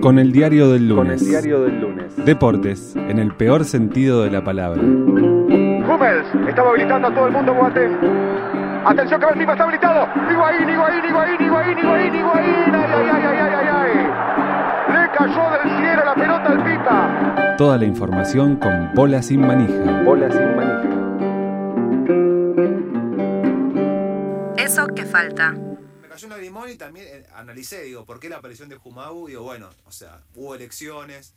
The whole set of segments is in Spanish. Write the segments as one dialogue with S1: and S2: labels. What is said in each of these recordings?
S1: Con el diario del
S2: Con el
S1: lunes.
S2: diario del lunes.
S1: Deportes, en el peor sentido de la palabra.
S3: Hummels estaba habilitando a todo el mundo Boateng. Atención que Benzema está habilitado. Higuaín, Higuaín, Higuaín, Higuaín, Higuaín, Higuaín. Ay, ay, ay, ay, ay, ay, ay. Le cayó del cielo la pelota al Pita.
S1: Toda la información con bola sin manija.
S2: Bola sin manija.
S4: Eso que falta.
S5: Me cayó una limón y también eh, analicé, digo, ¿por qué la aparición de Jumau? Digo, bueno, o sea, hubo elecciones,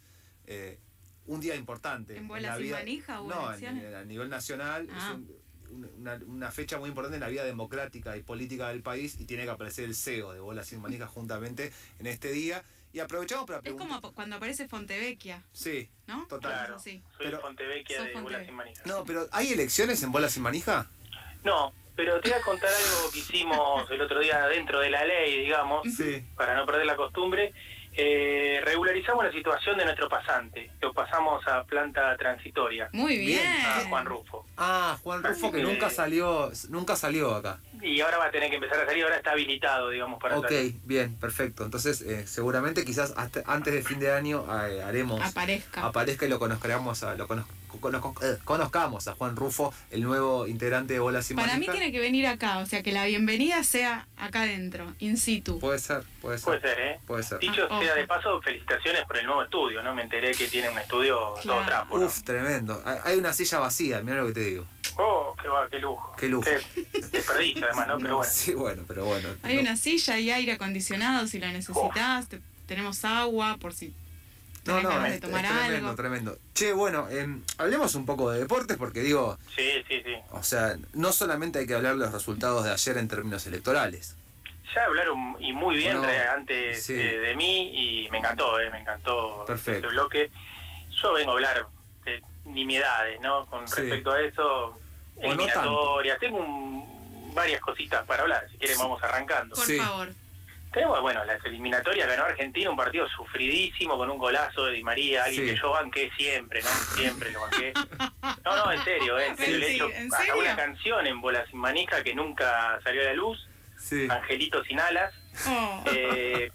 S5: eh, un día importante.
S6: ¿En bola sin manija hubo
S5: No, en-
S6: elecciones?
S5: en- a nivel nacional
S6: Ah.
S5: es un- un- una, una fecha muy importante en la vida democrática y política del país y tiene que aparecer el CEO de Bola Sin Manija juntamente en este día. Y aprovechamos para
S6: Es
S5: preguntar.
S6: como po- cuando aparece Fontevecchia,
S5: Sí,
S6: ¿no?
S5: Total.
S6: Algo
S7: Claro.
S6: así.
S7: Soy
S5: Pero-
S7: Fontevecchia
S6: Sos
S7: de
S6: Fonte.
S7: Bola Sin Manija.
S5: no, pero ¿hay elecciones en Bola Sin Manija?
S7: No, pero te voy a contar algo que hicimos el otro día dentro de la ley, digamos,
S5: Sí.
S7: para no perder la costumbre. Eh, regularizamos la situación de nuestro pasante. Lo pasamos a planta transitoria,
S6: Muy bien.
S5: Bien,
S7: a Juan Rufo.
S5: Ah, Juan Rufo que
S7: Eh.
S5: nunca salió, nunca salió acá.
S7: Y ahora va a tener que empezar a salir, ahora está habilitado, digamos, para
S5: Ok,
S7: salir.
S5: bien, perfecto. Entonces, eh, seguramente quizás hasta- antes de fin de año eh, haremos
S6: Aparezca.
S5: aparezca y lo conozcamos a, lo conoz- conoz- eh, conozcamos a Juan Rufo, el nuevo integrante de Bola Sin
S6: Para mí
S5: Manija.
S6: tiene que venir acá, o sea, que la bienvenida sea acá adentro, in situ.
S5: Puede ser, puede ser.
S7: Puede ser, ¿eh?
S5: puede ser.
S7: Dicho
S6: Ah,
S7: sea de
S6: ojo.
S7: paso, felicitaciones por el nuevo estudio, ¿no? Me enteré que tiene un estudio
S6: Claro.
S7: todo tráforo.
S5: Uf, tremendo. Hay- Hay una silla vacía, mira lo que te digo.
S7: Oh, qué, va, qué lujo.
S5: Qué lujo.
S7: Qué desperdicio, además, ¿no? Ah, Pero bueno.
S5: Sí, bueno, pero bueno.
S6: Hay
S5: No.
S6: una silla y aire acondicionado si lo necesitas. te- tenemos agua por si
S5: No,
S6: tenés
S5: no,
S6: ganas
S5: es,
S6: de tomar
S5: es tremendo,
S6: algo.
S5: tremendo. Che, bueno, em, hablemos un poco de deportes porque digo,
S7: Sí, sí, sí.
S5: o sea, no solamente hay que hablar de los resultados de ayer en términos electorales.
S7: Ya hablaron y muy bien
S5: Bueno,
S7: re- antes
S5: sí.
S7: eh, de mí y me encantó, eh, me encantó
S5: Perfecto.
S7: este bloque. Yo vengo a hablar de nimiedades, eh, ¿no? Con
S5: Sí.
S7: respecto a eso,
S5: no
S7: eliminatorias. Tengo un- varias cositas para hablar, si quieren vamos arrancando.
S6: Por
S5: Sí.
S6: favor.
S7: Tenemos, bueno, las eliminatorias ganó Argentina, un partido sufridísimo con un golazo de Di María, alguien
S5: Sí.
S7: que yo banqué siempre, ¿no? Siempre lo banqué. No, no, en serio, eh, en serio. Le he
S6: Sí,
S7: hecho
S6: ¿en
S7: hasta
S6: serio?
S7: una canción en Bola Sin Manija que nunca salió a la luz,
S5: Sí.
S7: Angelito Sin Alas.
S6: Oh,
S7: Eh,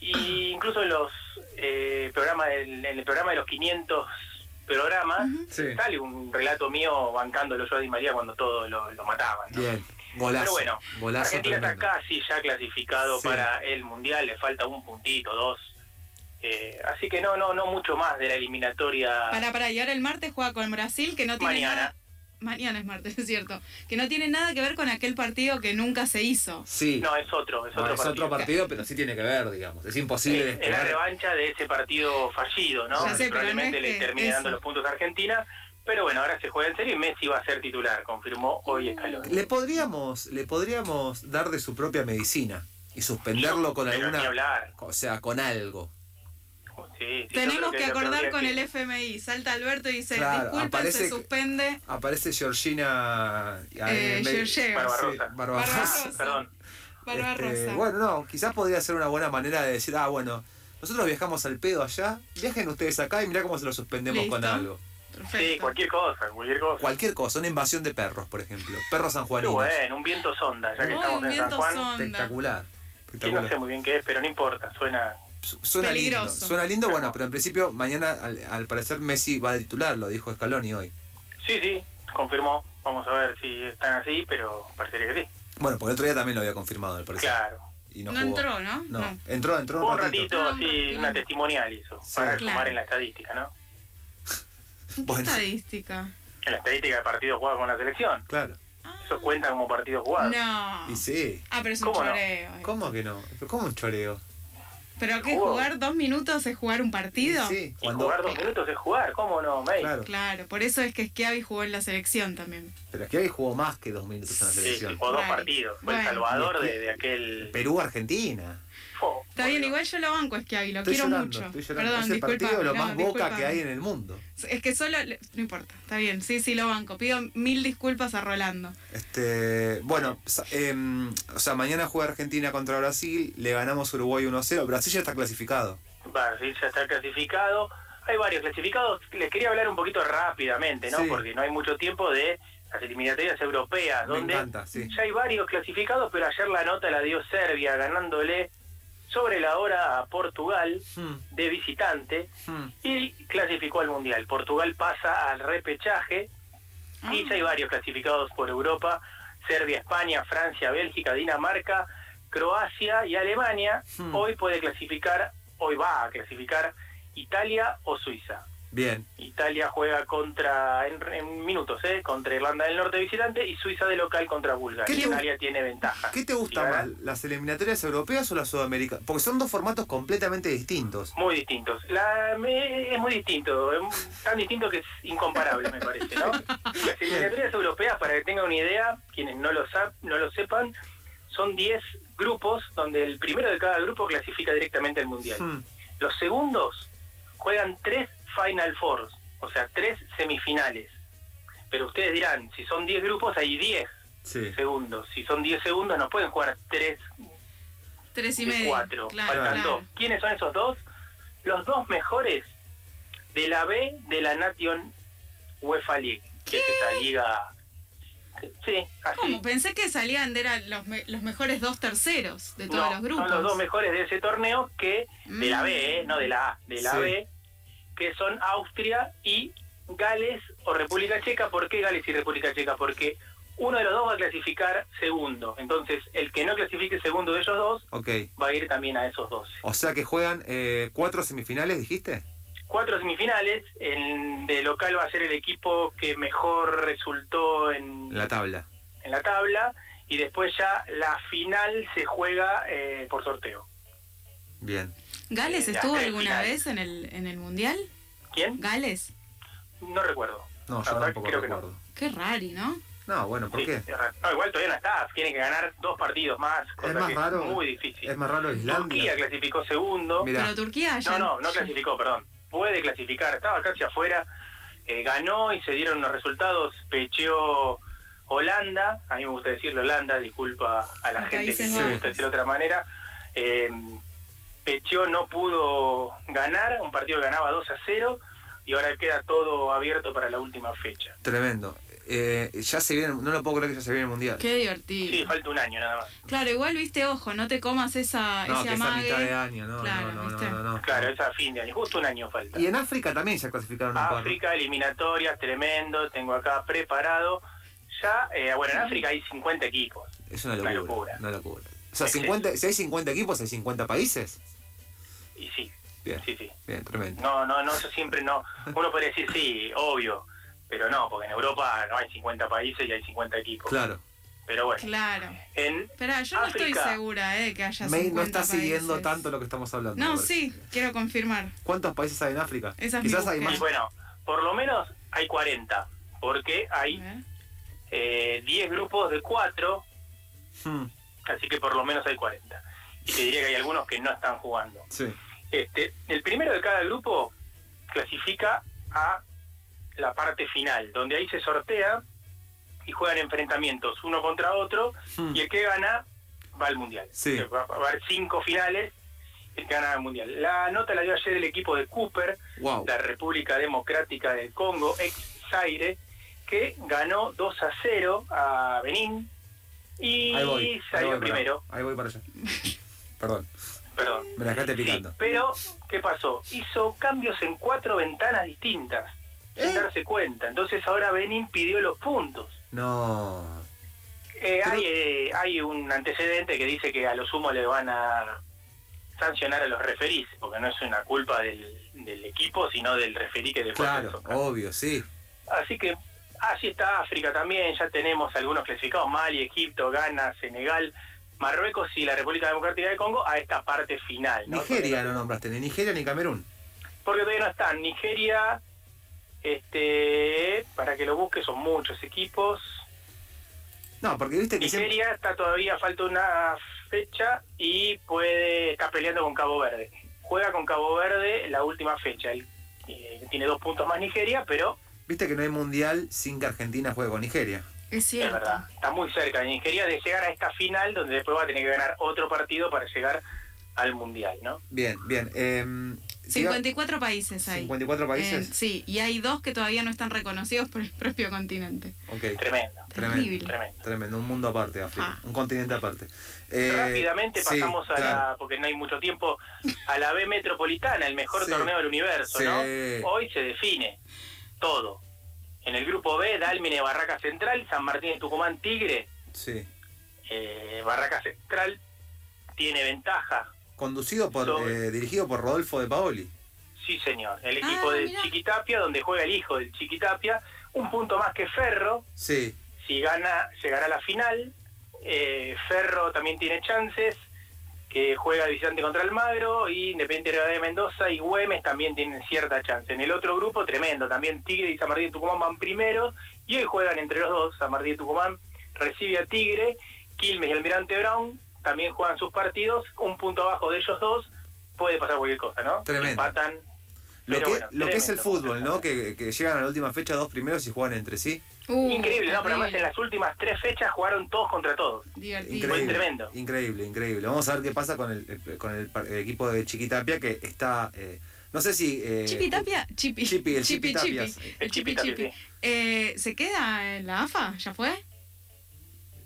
S7: y incluso en los eh, programas del- en el programa de los 500 programas
S5: Sí.
S7: sale un relato mío bancándolo yo a Di María cuando todos lo, lo mataban. ¿no?
S5: Bien. Golazo.
S7: Pero bueno,
S5: golazo
S7: Argentina
S5: tremendo.
S7: está casi ya clasificado
S5: Sí.
S7: para el mundial, le falta un puntito, dos. Eh, así que no, no, no mucho más de la
S5: ah.
S7: eliminatoria
S6: Para, para, y ahora el martes juega con Brasil, que no tiene
S7: Mañana.
S6: nada. Mañana es martes, es cierto. Que no tiene nada que ver con aquel partido que nunca se hizo.
S5: Sí.
S7: No, es otro, es
S5: No,
S7: otro
S5: es
S7: partido.
S5: otro partido, pero sí tiene que ver, digamos. Es imposible
S7: Eh, es la
S5: esperar.
S7: revancha de ese partido fallido, ¿no?
S6: Ya sé, pero
S7: Probablemente
S6: no es
S7: le
S6: que
S7: termine
S6: eso.
S7: dando los puntos a Argentina. Pero bueno, ahora se juega en serio y Messi va a ser titular, confirmó hoy Scaloni.
S5: Le podríamos, le podríamos dar de su propia medicina y suspenderlo con
S7: Pero ni
S5: alguna,
S7: hablar.
S5: o sea, con algo.
S7: Sí, sí, yo creo
S6: Tenemos que
S7: lo
S6: acordar
S7: habría
S6: con
S7: que-
S6: el FMI. Salta Alberto y dice,
S5: Claro,
S6: disculpen,
S5: aparece
S6: se
S5: que-
S6: suspende.
S5: Aparece Georgina
S6: Eh,
S5: en medio-
S6: Georgieva.
S5: Sí,
S7: Barbarossa.
S5: Barbarossa.
S6: Barbarossa.
S7: Perdón.
S6: Barbarossa.
S5: Este, bueno, no, quizás podría ser una buena manera de decir, ah, bueno, nosotros viajamos al pedo allá, viajen ustedes acá y mirá cómo se lo suspendemos con
S6: Listo.
S5: algo.
S7: Sí,
S6: Perfecto.
S7: cualquier cosa, cualquier cosa.
S5: Cualquier cosa, una invasión de perros, por ejemplo. Perros
S7: Pero
S5: sanjuaninos.
S7: bueno, un viento sonda, ya
S6: Muy
S7: que estamos en San
S6: viento
S7: Juan.
S6: sonda.
S5: Espectacular.
S7: Que no
S5: Espectacular.
S7: sé muy bien qué es, pero no importa, suena.
S5: Su- Suena lindo,
S6: Peligroso.
S5: suena lindo, bueno, pero en principio mañana al, al parecer Messi va a titular, lo dijo Scaloni hoy.
S7: Sí, sí, confirmó. Vamos a ver si están así, pero parecería que sí.
S5: Bueno, porque el otro día también lo había confirmado, al parecer.
S7: Claro.
S5: Y
S6: No,
S5: no, jugó.
S6: entró, ¿no?
S5: No, entró, entró
S7: Hubo
S5: un
S7: un
S5: ratito.
S7: ratito,
S6: Ah, un
S7: así,
S6: ratito.
S7: una testimonial hizo,
S5: Sí.
S7: para
S6: Claro.
S7: sumar en la estadística, ¿no?
S6: ¿Qué
S5: Bueno,
S6: estadística?
S7: En la estadística de partidos jugados con la selección.
S5: claro.
S7: Eso cuenta como partidos jugados.
S6: Ah. No.
S5: Y sí.
S6: Ah, pero es un
S7: ¿Cómo no?
S6: choreo. eh.
S5: ¿Cómo que no? ¿Pero ¿Cómo un choreo?
S6: ¿Pero qué?
S7: Jugó.
S6: ¿Jugar dos minutos es jugar un partido?
S5: Sí,
S7: Y jugar dos minutos es jugar, ¿cómo no, May?
S5: eh, Claro.
S6: Claro, por eso es que Schiavi jugó en la selección también.
S5: Pero es que hoy jugó más que dos minutos en la
S7: Sí,
S5: selección.
S7: sí, jugó dos
S6: Vale.
S7: partidos. Fue el
S6: Bueno.
S7: salvador de, de aquel...
S5: Perú-Argentina.
S7: Oh,
S6: Está bien,
S7: bueno.
S6: igual yo lo banco a Schiavi, lo
S5: Estoy
S6: quiero
S5: llorando,
S6: mucho.
S5: estoy llorando.
S6: Perdón,
S5: es el
S6: disculpa.
S5: partido lo
S6: no,
S5: más boca que
S6: disculpa.
S5: hay en el mundo.
S6: Es que solo. le- No importa, está bien. Sí, sí, lo banco. Pido mil disculpas a Rolando.
S5: Este, bueno, sa- em, o sea, mañana juega Argentina contra Brasil, le ganamos Uruguay 1-0, Brasil ya está clasificado.
S7: Brasil ya está clasificado. Hay varios clasificados. Les quería hablar un poquito rápidamente, ¿no?
S5: Sí.
S7: Porque no hay mucho tiempo de las eliminatorias europeas,
S5: Me
S7: donde
S5: encanta, sí.
S7: ya hay varios clasificados, pero ayer la nota la dio Serbia ganándole sobre la hora a Portugal de visitante y clasificó al Mundial. Portugal pasa al repechaje
S5: Ah.
S7: y ya hay varios clasificados por Europa, Serbia, España, Francia, Bélgica, Dinamarca, Croacia y Alemania.
S5: Hmm.
S7: Hoy puede clasificar, hoy va a clasificar Italia o Suiza.
S5: Bien.
S7: Italia juega contra, en, en minutos, ¿eh? contra Irlanda del Norte visitante y Suiza de local contra Bulgaria.
S5: ¿Qué te-
S7: Italia tiene ventaja.
S5: ¿Qué te gusta
S7: La verdad,
S5: más, las eliminatorias europeas o las sudamericanas? Porque son dos formatos completamente distintos.
S7: Muy distintos. La, me- es muy distinto, es tan distinto que es incomparable, me parece, ¿no? Las eliminatorias europeas, para que tengan una idea, quienes no lo, sa- no lo sepan, son 10 grupos donde el primero de cada grupo clasifica directamente al Mundial.
S5: Hmm.
S7: Los segundos juegan tres Final Fours, o sea, tres semifinales. Pero ustedes dirán, si son 10 grupos, hay 10
S5: Sí.
S7: segundos. Si son 10 segundos, no pueden jugar tres
S6: Tres y
S7: de
S6: medio.
S7: cuatro.
S6: Claro,
S7: Faltan
S6: claro.
S7: dos. ¿Quiénes son esos dos? Los dos mejores de la B de la Nation UEFA League, que es esa liga. Sí, así.
S6: ¿Cómo? Pensé que salían, de- eran los, me- los mejores dos terceros de todos
S7: No,
S6: los grupos.
S7: Son los dos mejores de ese torneo que, de la
S6: Mm.
S7: B, eh, no de la A, de la
S5: Sí.
S7: B, que son Austria y Gales o República Checa. ¿Por qué Gales y República Checa? Porque uno de los dos va a clasificar segundo. Entonces, el que no clasifique segundo de ellos dos
S5: Ok.
S7: va a ir también a esos dos.
S5: O sea que juegan eh, cuatro semifinales, dijiste.
S7: cuatro semifinales. El de local va a ser el equipo que mejor resultó en,
S5: En la tabla.
S7: en la tabla. Y después ya la final se juega eh, por sorteo.
S5: Bien.
S6: ¿Gales
S7: Eh, las
S6: estuvo
S7: tres
S6: alguna
S7: finales.
S6: vez en el, en el Mundial?
S7: ¿Quién?
S6: ¿Gales?
S7: No recuerdo.
S5: No,
S7: La
S5: yo
S7: verdad,
S5: tampoco
S7: creo que
S5: recuerdo.
S6: Qué rari, ¿no?
S5: no. bueno, ¿por
S7: Sí,
S5: qué?
S7: es raro. No, igual todavía no está. Tiene que ganar dos partidos más. Cosa
S5: más
S7: que
S5: raro.
S7: muy difícil.
S5: Es más raro
S7: Turquía
S5: Islandia.
S7: clasificó segundo.
S5: Mira,
S6: Pero Turquía ya.
S7: No, no, no clasificó, perdón. Puede clasificar, estaba casi afuera. eh, ganó y se dieron los resultados. Pecheó Holanda. A mí me gusta decirle Holanda, disculpa a la
S6: Los
S7: gente que
S6: Países
S7: me gusta
S6: Bajos.
S7: decir de otra manera. Eh, Pecheó no pudo ganar, un partido que ganaba 2 a 0 y ahora queda todo abierto para la última fecha.
S5: tremendo. Eh, ya se viene, no lo puedo creer que ya se viene el mundial.
S6: Qué divertido.
S7: Sí, falta un año nada más.
S6: Claro, igual viste, ojo, no te comas esa,
S5: No,
S6: ese
S5: que es a
S6: amague.
S5: mitad de año, no,
S6: Claro,
S5: no, no, no,
S6: ¿viste?
S5: no, no.
S7: Claro, es a fin de año, justo un año falta.
S5: Y en África también ya clasificaron a cuatro.
S7: África, eliminatorias, tremendo, tengo acá preparado. Ya, eh, bueno, en África hay 50 equipos.
S5: Es una
S7: Una
S5: locura.
S7: locura.
S5: Una locura. O sea,
S7: Es
S5: 50, si hay 50 equipos, hay 50 países.
S7: Y sí,
S5: Bien,
S7: sí, sí.
S5: bien, tremendo.
S7: No, no, no, eso siempre no. Uno puede decir sí, obvio, pero no, porque en Europa no hay 50 países y hay 50 equipos.
S5: Claro.
S7: Pero bueno,
S6: Claro.
S7: en,
S6: Espera, yo no
S7: África.
S6: estoy segura eh, de que haya
S5: May no
S6: 50
S5: está siguiendo
S6: países.
S5: tanto lo que estamos hablando.
S6: No,
S5: me parece.
S6: sí, quiero confirmar.
S5: ¿Cuántos países hay en África?
S6: Esa es mi
S5: Quizás hay
S6: búsqueda.
S7: y
S5: más.
S7: bueno, por lo menos hay 40, porque hay
S6: A ver.
S7: eh, 10 grupos de 4,
S5: Hmm,
S7: así que por lo menos hay 40. Y te diría que hay algunos que no están jugando.
S5: sí.
S7: Este, el primero de cada grupo clasifica a la parte final, donde ahí se sortea y juegan enfrentamientos uno contra otro
S5: Hmm.
S7: y el que gana va al mundial. Eh,
S5: Sí.
S7: Va va a haber cinco finales, el que gana va al mundial. La nota la dio ayer el equipo de Cooper,
S5: Wow.
S7: la República Democrática del Congo, ex Zaire, que ganó 2 a 0 a Benín y
S5: Ahí voy. ahí
S7: salió
S5: voy para-
S7: primero.
S5: ahí voy para allá. Perdón,
S7: Perdón.
S5: me la dejaste
S7: Sí,
S5: picando.
S7: pero, ¿qué pasó? Hizo cambios en cuatro ventanas distintas, sin
S5: ¿Eh?
S7: darse cuenta. Entonces ahora Benin pidió los puntos.
S5: No.
S7: Eh,
S5: Pero-
S7: hay, eh, hay un antecedente que dice que a lo sumo le van a sancionar a los referís, porque no es una culpa del, del equipo, sino del referí que dejó hacer
S5: Claro,
S7: esos cambios.
S5: obvio, sí.
S7: Así que así está África también, ya tenemos algunos clasificados, Mali, Egipto, Ghana, Senegal, Marruecos y la República Democrática del Congo a esta parte final. ¿no?
S5: Nigeria no nombraste, ni Nigeria ni Camerún.
S7: porque todavía no están. Nigeria, este, para que lo busque, son muchos equipos.
S5: No, porque viste que siempre-
S7: Nigeria está todavía, falta una fecha y puede, está peleando con Cabo Verde. Juega con Cabo Verde la última fecha. El- eh, tiene dos puntos más Nigeria, pero
S5: viste que no hay mundial sin que Argentina juegue con Nigeria.
S6: Es
S7: es verdad,
S6: cierto.
S7: está muy cerca de Nigeria de llegar a esta final donde después va a tener que ganar otro partido para llegar al mundial, ¿no?
S5: Bien, bien. Eh, diga-
S6: 54 países hay.
S5: 54 países.
S6: Eh, sí, y hay dos que todavía no están reconocidos por el propio continente.
S5: Ok.
S7: Tremendo,
S5: Tremendo.
S6: Terrible.
S7: tremendo.
S5: Tremendo, un mundo aparte, África.
S6: Ah.
S5: Un continente aparte. Eh,
S7: Rápidamente
S5: sí,
S7: pasamos a
S5: claro.
S7: la, porque no hay mucho tiempo, a la B Metropolitana, el mejor
S5: Sí.
S7: torneo del universo,
S5: Sí.
S7: ¿no? Hoy se define todo. En el grupo B, Dálmine, Barraca Central, San Martín de Tucumán, Tigre,
S5: Sí.
S7: eh, Barraca Central tiene ventaja.
S5: Conducido por,
S7: Sobre-
S5: eh, dirigido por Rodolfo de Paoli.
S7: Sí, señor. El equipo
S6: Ah,
S7: de
S6: mirá.
S7: Chiquitapia, donde juega el hijo del Chiquitapia, un punto más que Ferro,
S5: Sí,
S7: si gana, llegará a la final. Eh, Ferro también tiene chances, que juega visitante contra Almagro, y Independiente de Mendoza y Güemes también tienen cierta chance. En el otro grupo, tremendo, también Tigre y San Martín de Tucumán van primero, y hoy juegan entre los dos, San Martín de Tucumán recibe a Tigre, Quilmes y Almirante Brown también juegan sus partidos, un punto abajo de ellos dos, puede pasar cualquier cosa, ¿no?
S5: Tremendo.
S7: Empatan.
S5: Lo,
S7: pero
S5: que,
S7: bueno,
S5: lo que es el
S7: tremendo.
S5: fútbol, ¿no? Que, que llegan a la última fecha dos primeros y juegan entre sí.
S6: Uh,
S7: Increíble, ¿no? Pero además en
S6: terrible.
S7: las últimas tres fechas jugaron todos contra todos.
S6: Divertido.
S7: Fue
S5: Increíble.
S7: tremendo.
S5: Increíble, increíble. Vamos a ver qué pasa con el, eh, con el, par- el equipo de Chiquitapia que está. eh, no sé si. eh,
S6: Chipi Tapia, Chipi.
S5: Chipi, el Chipi
S6: Chipi.
S5: Tapias.
S6: El Chipi
S7: Chipi
S6: Chipi.
S7: Tapia,
S6: Eh, ¿Se queda en la AFA? ¿Ya fue?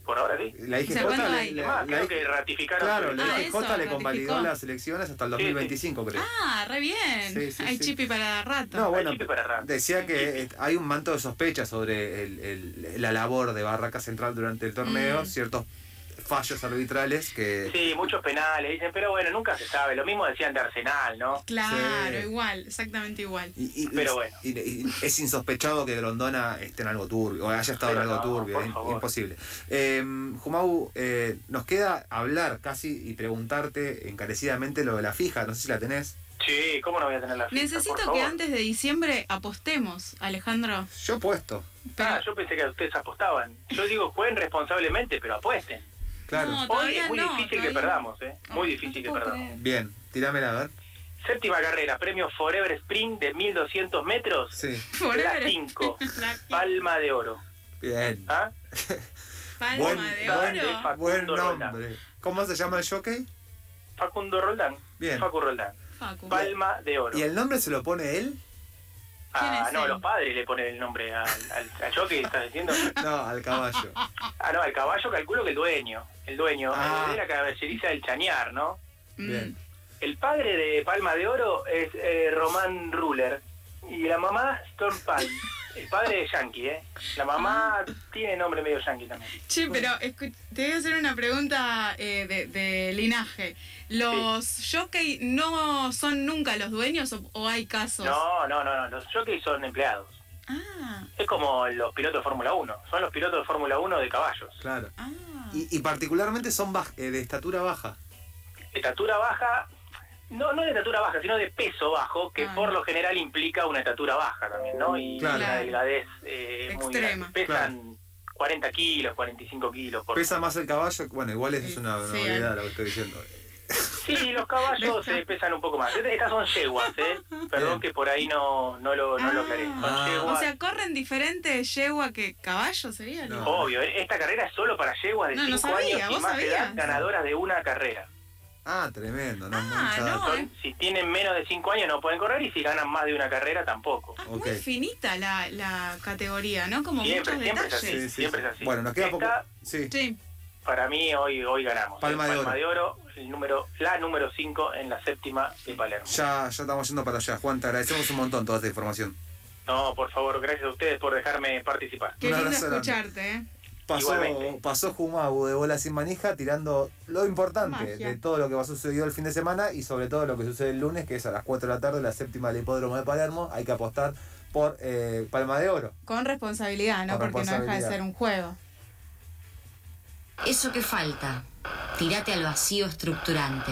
S7: Por ahora sí.
S5: La IGJ
S6: O sea, ¿cuánto
S5: Eh, le,
S6: hay?
S5: la-
S7: Además,
S5: la
S7: Ah, creo
S5: IGJ
S7: que ratificaron.
S5: claro,
S7: sobre-
S5: la
S6: Ah,
S5: IGJ
S6: eso,
S5: le
S6: ratificó.
S5: convalidó las elecciones hasta el
S7: sí.
S5: 2025, creo.
S6: Ah, re bien.
S5: Sí, sí,
S6: hay
S5: sí.
S6: Chipi para rato.
S5: No,
S7: Hay
S5: bueno,
S7: chipe para rato.
S5: decía
S7: Chipe.
S5: que eh, hay un manto de sospecha sobre el- el- la labor de Barraca Central durante el torneo,
S6: Mm.
S5: ciertos fallos arbitrales que...
S7: Sí, muchos penales, dicen, pero bueno, nunca se sabe. Lo mismo decían de Arsenal, ¿no?
S6: Claro,
S5: Sí.
S6: igual, exactamente igual.
S5: Y, y-
S7: Pero bueno.
S5: y- y es insospechado que Grondona esté en algo turbio, o haya estado en
S7: Pero
S5: algo
S7: no,
S5: turbio,
S7: por
S5: es
S7: favor.
S5: imposible. Eh, Jumau, eh, nos queda hablar casi y preguntarte encarecidamente lo de la fija, no sé si la tenés.
S7: Sí, ¿cómo no voy a tener la fiesta?
S6: Necesito
S7: Por
S6: que
S7: favor.
S6: antes de diciembre apostemos, Alejandro.
S5: Yo puesto,
S6: Pero-
S7: Ah, yo pensé que ustedes apostaban. Yo digo, jueguen responsablemente, pero apuesten.
S5: claro.
S6: No,
S7: Hoy
S6: todavía
S7: es muy
S6: no.
S7: difícil que
S6: todavía no.
S7: perdamos, ¿eh? Muy
S6: Ay,
S7: difícil
S6: no te
S7: que
S6: puedo
S7: perdamos.
S6: creer.
S5: Bien, tirámela a ver.
S7: Séptima carrera, premio Forever Spring de 1200 metros.
S5: Sí,
S6: Forever.
S7: La 5,
S6: La quinta.
S7: palma de oro.
S5: bien.
S7: ¿Ah?
S6: Palma
S5: Buen-
S6: de
S5: buen-
S6: oro.
S7: Facundo
S5: Buen
S7: Roldán.
S5: nombre. ¿Cómo se llama el jockey?
S7: Facundo Roldán.
S5: Bien.
S7: Facu Roldán.
S6: Facu.
S7: Palma de oro.
S5: ¿Y el nombre se lo pone él?
S7: Ah,
S6: ¿Quién es
S7: no,
S6: él?
S7: los padres le ponen el nombre al, al, al jockey, ¿estás diciendo?
S5: No, al caballo.
S7: Ah, no, al caballo calculo que el dueño. El dueño
S5: Ah.
S7: de la caballeriza del Chañar, ¿no?
S6: Mm.
S5: Bien.
S7: El padre de Palma de Oro es eh, Román Ruler y la mamá Storm Pan. El padre de Yankee, ¿eh? La
S6: Ah.
S7: mamá tiene nombre medio Yankee también.
S6: Che, pero escu- te voy a hacer una pregunta eh, de, de linaje. ¿Los jockey no son nunca los dueños o, o hay casos?
S7: No, no, no, no. Los jockeys son empleados.
S6: Ah,
S7: Es como los pilotos de Fórmula 1. Son los pilotos de Fórmula 1 de caballos.
S5: Claro.
S6: ah.
S5: Y, y particularmente son baj- eh, de estatura baja.
S7: De estatura baja, no, no de estatura baja, sino de peso bajo, que
S6: Ah.
S7: por lo general implica una estatura baja también, ¿no? Y
S5: Claro.
S7: una delgadez eh, muy grande.
S6: Extrema.
S7: Pesan 40 kilos, 45 kilos. Por...
S5: Pesa más el caballo. Bueno, igual es una
S6: Sí,
S5: novedad lo que estoy diciendo.
S7: Sí, los caballos eh, pesan un poco más. Est- Estas son yeguas, ¿eh?
S5: Bien.
S7: Perdón que por ahí no, no lo, no lo
S6: Ah.
S7: aclaré. Son
S5: Ah.
S7: yeguas.
S6: O sea, corren diferente yegua que caballo, sería.
S5: No.
S7: Obvio, eh, esta carrera es solo para yeguas de
S6: No, no
S7: 5
S6: sabía,
S7: años y
S6: vos
S7: más de edad
S6: sabías.
S7: ganadoras de una carrera.
S5: Ah, tremendo. No,
S6: Ah,
S5: mucha
S6: no,
S5: data.
S6: eh.
S7: Si tienen menos de 5 años no pueden correr y si ganan más de una carrera tampoco.
S6: Ah,
S5: Ok.
S6: Muy finita la, la categoría, ¿no? Como
S7: Siempre,
S6: muchos
S7: siempre es
S6: detalles.
S7: así. siempre es así.
S5: Bueno, nos queda poco.
S7: Esta-
S5: Sí.
S6: Sí.
S7: Para mí hoy hoy ganamos. ¿eh?
S5: Palma de
S7: de oro, el número, la número 5 en la séptima de Palermo.
S5: Ya, ya estamos yendo para allá. Juan, te agradecemos un montón toda esta información.
S7: No, por favor, gracias a ustedes por dejarme participar.
S6: Qué
S5: Un
S6: lindo
S5: abrazo grande.
S6: escucharte, ¿eh?
S5: Pasó,
S7: Igualmente.
S5: pasó Jumabu de bola sin manija tirando lo importante
S6: Magia.
S5: de todo lo que va sucedido el fin de semana y sobre todo lo que sucede el lunes, que es a las 4 de la tarde, la séptima del hipódromo de Palermo. Hay que apostar por eh, Palma de Oro.
S6: Con responsabilidad, ¿no?
S5: Con
S6: Porque no deja
S5: responsabilidad.
S6: de ser un juego.
S4: Eso que falta. Tírate al vacío estructurante.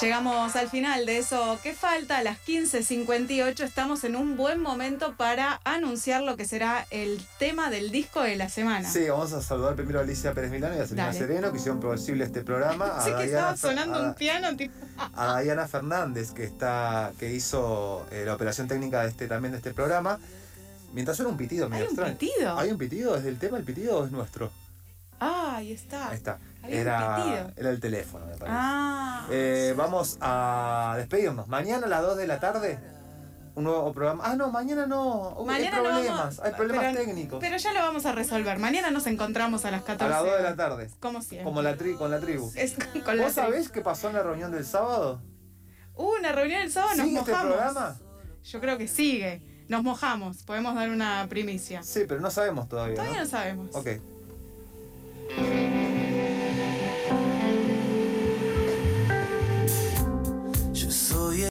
S6: Llegamos al final de eso. ¿Qué falta? A las 15.58 estamos en un buen momento para anunciar lo que será el tema del disco de la semana.
S5: Sí, vamos a saludar primero a Alicia Pérez Milano y a Selena
S6: Dale.
S5: Sereno, que hicieron posible este programa. A
S6: Sé que
S5: Dayana
S6: estaba sonando
S5: Fer- a-
S6: un piano, tipo.
S5: a Diana Fernández, que está que hizo eh, la operación técnica de este también de este programa. Mientras suena un pitido, medio
S6: Hay un
S5: extraño.
S6: pitido.
S5: ¿Hay un pitido? ¿Es del tema el pitido o es nuestro?
S6: Ah, ahí está.
S5: Ahí está.
S6: Había
S5: Era,
S6: repetido.
S5: era el teléfono, me parece.
S6: Ah.
S5: Eh, vamos a despedirnos. Mañana a las 2 de la tarde, un nuevo programa. Ah, no, mañana no. Hubo-
S6: Mañana
S5: hay
S6: no
S5: problemas,
S6: vamos-
S5: hay problemas
S6: pero-
S5: técnicos.
S6: Pero ya lo vamos a resolver. Mañana nos encontramos a las 14.
S5: a las 2 de la tarde,
S6: Como siempre.
S5: como la tri con la tribu.
S6: Es con la
S5: ¿Vos
S6: tri-
S5: sabés qué pasó en la reunión del sábado?
S6: Hubo una reunión el sábado, nos
S5: ¿Sigue este
S6: mojamos.
S5: programa?
S6: Yo creo que sigue. Nos mojamos. Podemos dar una primicia.
S5: Sí, pero no sabemos todavía.
S6: Todavía
S5: ¿no?
S6: no sabemos.
S5: Ok.